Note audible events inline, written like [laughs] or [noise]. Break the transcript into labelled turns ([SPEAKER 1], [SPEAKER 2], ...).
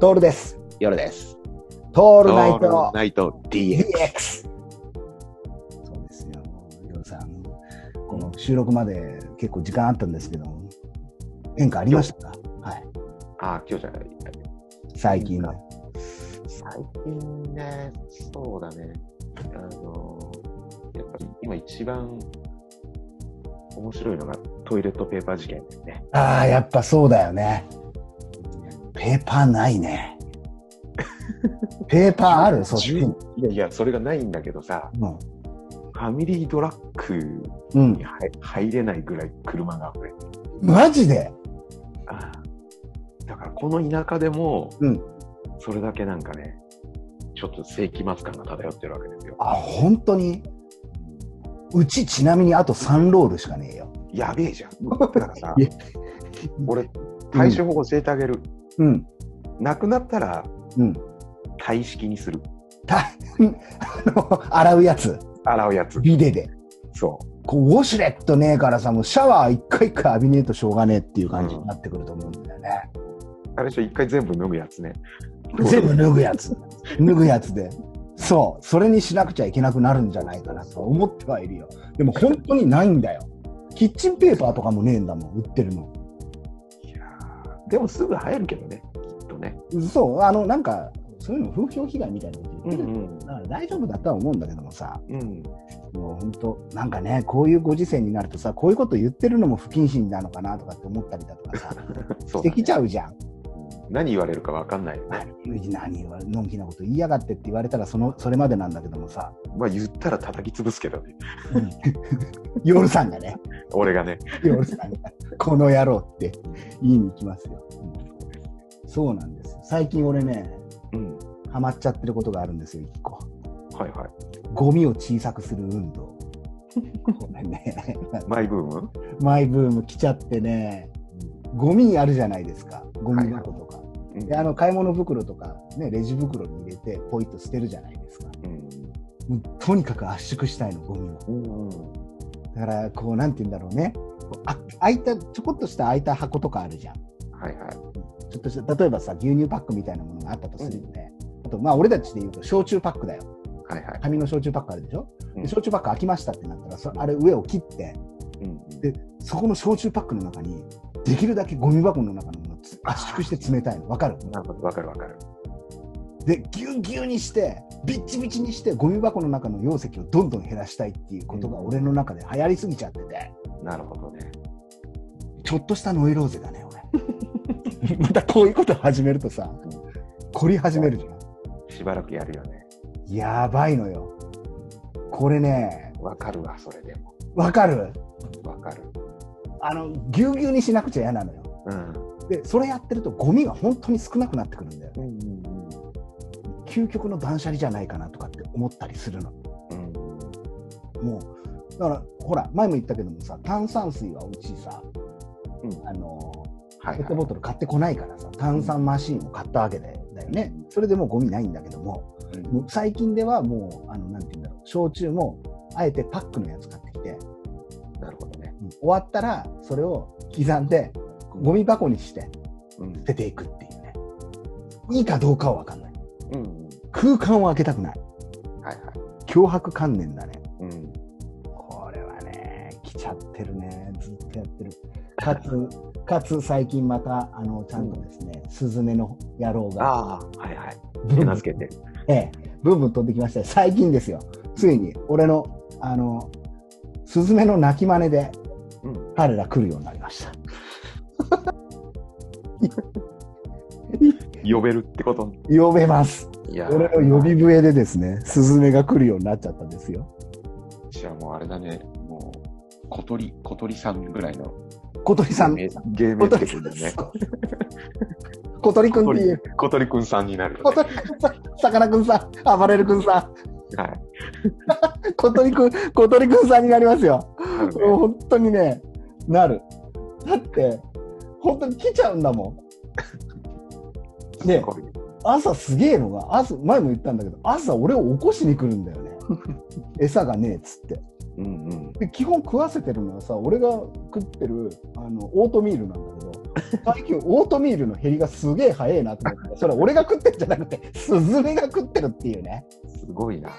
[SPEAKER 1] トールです。
[SPEAKER 2] 夜です。
[SPEAKER 1] ト
[SPEAKER 2] オ
[SPEAKER 1] ールナイト
[SPEAKER 2] ナイト DX。
[SPEAKER 1] DX。そうですよ。ヨルさん、この収録まで結構時間あったんですけど、変化ありましたかはい。
[SPEAKER 2] あ、今日じゃない。
[SPEAKER 1] 最近の。
[SPEAKER 2] 最近ね、そうだね。あの、やっぱり今一番面白いのがトイレットペーパー事件ですね。
[SPEAKER 1] ああ、やっぱそうだよね。ペーパーないね。ペーパーあ [laughs] るそっちに。
[SPEAKER 2] いやいや、それがないんだけどさ、
[SPEAKER 1] うん。
[SPEAKER 2] ファミリードラッグ
[SPEAKER 1] うん
[SPEAKER 2] に。入入れないぐらい車が溢れてる
[SPEAKER 1] マジで
[SPEAKER 2] あだからこの田舎でも、
[SPEAKER 1] うん
[SPEAKER 2] それだけなんかね、ちょっと世紀末感が漂ってるわけですよ。
[SPEAKER 1] あ、本当にうちちなみにあと3ロールしかねえよ。
[SPEAKER 2] やべえ [laughs] じゃん。だからさ
[SPEAKER 1] いや、
[SPEAKER 2] 俺、対処法教えてあげる。
[SPEAKER 1] うん。
[SPEAKER 2] なくなったら、
[SPEAKER 1] うん。
[SPEAKER 2] 体式にする。
[SPEAKER 1] たあの、洗うやつ。
[SPEAKER 2] 洗うやつ。
[SPEAKER 1] ビデで。
[SPEAKER 2] そう。
[SPEAKER 1] こうウォシュレットねえからさ、もうシャワー一回一回浴びねえとしょうがねえっていう感じになってくると思うんだよね。
[SPEAKER 2] あれでしょ、一回全部脱ぐやつね。
[SPEAKER 1] 全部脱ぐやつ。脱ぐやつで。そう。それにしなくちゃいけなくなるんじゃないかなと思ってはいるよ。でも本当にないんだよ。キッチンペーパーとかもねえんだもん、売ってるの。
[SPEAKER 2] いやーでもすぐ生えるけどね、きっとね。
[SPEAKER 1] そう、あの、なんか、そういうの風評被害みたいなこと
[SPEAKER 2] う
[SPEAKER 1] 言
[SPEAKER 2] ん
[SPEAKER 1] ってる。
[SPEAKER 2] うん。
[SPEAKER 1] だから大丈夫だとは思うんだけどもさ、
[SPEAKER 2] うん。 [laughs]
[SPEAKER 1] もう本当、なんかね、こういうご時世になるとさ、こういうこと言ってるのも不謹慎なのかなとかって思ったりだとかさ、
[SPEAKER 2] そう
[SPEAKER 1] で
[SPEAKER 2] だね、
[SPEAKER 1] きちゃうじゃん。
[SPEAKER 2] 何言われるかわかんないよね。
[SPEAKER 1] 何をのんきなこと言いやがってって言われたらそのそれまでなんだけどもさ
[SPEAKER 2] まあ言ったら叩き潰すけどね。
[SPEAKER 1] [laughs] ヨルさんがね
[SPEAKER 2] 俺がね。
[SPEAKER 1] ヨルさんが「 [laughs] この野郎」って言いに行きますよ、そうなんですよ最近俺ね
[SPEAKER 2] うん。
[SPEAKER 1] ハマっちゃってることがあるんですよ一個
[SPEAKER 2] はいはい。
[SPEAKER 1] ゴミを小さくする運動これね
[SPEAKER 2] マイブーム
[SPEAKER 1] マイブーム来ちゃってねゴミあるじゃないですかゴミ箱とか、
[SPEAKER 2] うん
[SPEAKER 1] であの買い物袋とか、ね、レジ袋に入れてポイッと捨てるじゃないですかもうとにかく圧縮したいのゴミを
[SPEAKER 2] うん。うん。
[SPEAKER 1] だからこうなんて言うんだろうねあ開いたちょこっとした開いた箱とかあるじゃん
[SPEAKER 2] はいは
[SPEAKER 1] ちょっとした例えばさ牛乳パックみたいなものがあったとするよね、あとまあ俺たちで言うと焼酎パックだよ
[SPEAKER 2] い。はいはい。
[SPEAKER 1] 紙の焼酎パックあるでしょ、
[SPEAKER 2] うん
[SPEAKER 1] で焼酎パック開きましたってなったらそあれ上を切って
[SPEAKER 2] うん。
[SPEAKER 1] でそこの焼酎パックの中にできるだけゴミ箱の中のものをつ圧縮して冷たいのわかる
[SPEAKER 2] なるほど、わかるわかる。
[SPEAKER 1] でぎゅうぎゅうにしてビッチビチにしてゴミ箱の中の容積をどんどん減らしたいっていうことが俺の中で流行りすぎちゃってて、
[SPEAKER 2] なるほどね。
[SPEAKER 1] ちょっとしたノイローゼだね、俺。 [laughs] またこういうこと始めるとさ、凝り始めるじゃん。
[SPEAKER 2] しばらくやるよね。
[SPEAKER 1] やばいのよ。これね、
[SPEAKER 2] わかるわ、それでも。
[SPEAKER 1] わかる
[SPEAKER 2] わかる。
[SPEAKER 1] あの、ぎゅうぎゅうにしなくちゃ嫌なのよ。
[SPEAKER 2] うん。
[SPEAKER 1] で、それやってるとゴミが本当に少なくなってくるんだよ。
[SPEAKER 2] うんうん
[SPEAKER 1] 究極の断捨離じゃないかなとかって思ったりするの。
[SPEAKER 2] うん。うん。
[SPEAKER 1] もう、だから、ほら、前も言ったけどもさ、炭酸水はうちさ、
[SPEAKER 2] うん
[SPEAKER 1] あの、
[SPEAKER 2] はい、
[SPEAKER 1] ペッ
[SPEAKER 2] は
[SPEAKER 1] ト
[SPEAKER 2] い。
[SPEAKER 1] ボトル買ってこないからさ、炭酸マシンを買ったわけでだよね。それでもうゴミないんだけども、もう最近ではもう、あの、なんて言うんだろう、焼酎も、あえてパックのやつ買ってきて、
[SPEAKER 2] なるほどね。
[SPEAKER 1] うん終わったら、それを刻んで、ゴミ箱にして
[SPEAKER 2] うん
[SPEAKER 1] 捨。てていくっていうね。いいかどうかは分かんない。
[SPEAKER 2] うん。
[SPEAKER 1] 空間を開けたくない。
[SPEAKER 2] はいはい。
[SPEAKER 1] 脅迫観念だね。
[SPEAKER 2] うん。
[SPEAKER 1] これはね、来ちゃってるね。ずっとやってる。かつ、かつ最近また、あの、ちゃんとですね、スズメの野郎
[SPEAKER 2] あ
[SPEAKER 1] が、
[SPEAKER 2] あ、はいはい。
[SPEAKER 1] ブンブ
[SPEAKER 2] 名
[SPEAKER 1] ン
[SPEAKER 2] 付けて。
[SPEAKER 1] ええ、ブンブン飛んできましたよ最近ですよ、ついに俺の、あの、スズメの鳴き真似で
[SPEAKER 2] うん。
[SPEAKER 1] 彼ら来るようになりました。
[SPEAKER 2] 呼べるってこと。
[SPEAKER 1] 呼べます。
[SPEAKER 2] いや
[SPEAKER 1] 俺の呼び笛でですね、スズメが来るようになっちゃったんですよ。
[SPEAKER 2] じゃあもうあれだね。もう、小鳥、小鳥さんぐらいの
[SPEAKER 1] 小鳥さん。
[SPEAKER 2] 芸名芸名
[SPEAKER 1] 小
[SPEAKER 2] つ
[SPEAKER 1] 鳥
[SPEAKER 2] けて
[SPEAKER 1] さん
[SPEAKER 2] るんだよね。
[SPEAKER 1] 小鳥くん
[SPEAKER 2] 小
[SPEAKER 1] っていう。
[SPEAKER 2] 鳥小鳥くんさんになるよ
[SPEAKER 1] 小
[SPEAKER 2] ね。
[SPEAKER 1] 鳥くんさん、さかなクンさん、あばれるくんさ
[SPEAKER 2] はい。
[SPEAKER 1] ん、小鳥くん、小鳥くんさんになりますよ。
[SPEAKER 2] な
[SPEAKER 1] もう
[SPEAKER 2] るね
[SPEAKER 1] 本当にね、なる。だって、本当に来ちゃうんだもん。ね
[SPEAKER 2] すごい
[SPEAKER 1] 朝すげえのが朝前も言ったんだけど朝俺を起こしに来るんだよね餌がねえっつって
[SPEAKER 2] うんうん。
[SPEAKER 1] で基本食わせてるのはさ俺が食ってるあのオートミールなんだけど最近オートミールの減りがすげえ早いなと思って、それ俺が食ってるんじゃなくて、スズメが食ってるっていうね。
[SPEAKER 2] すごいな。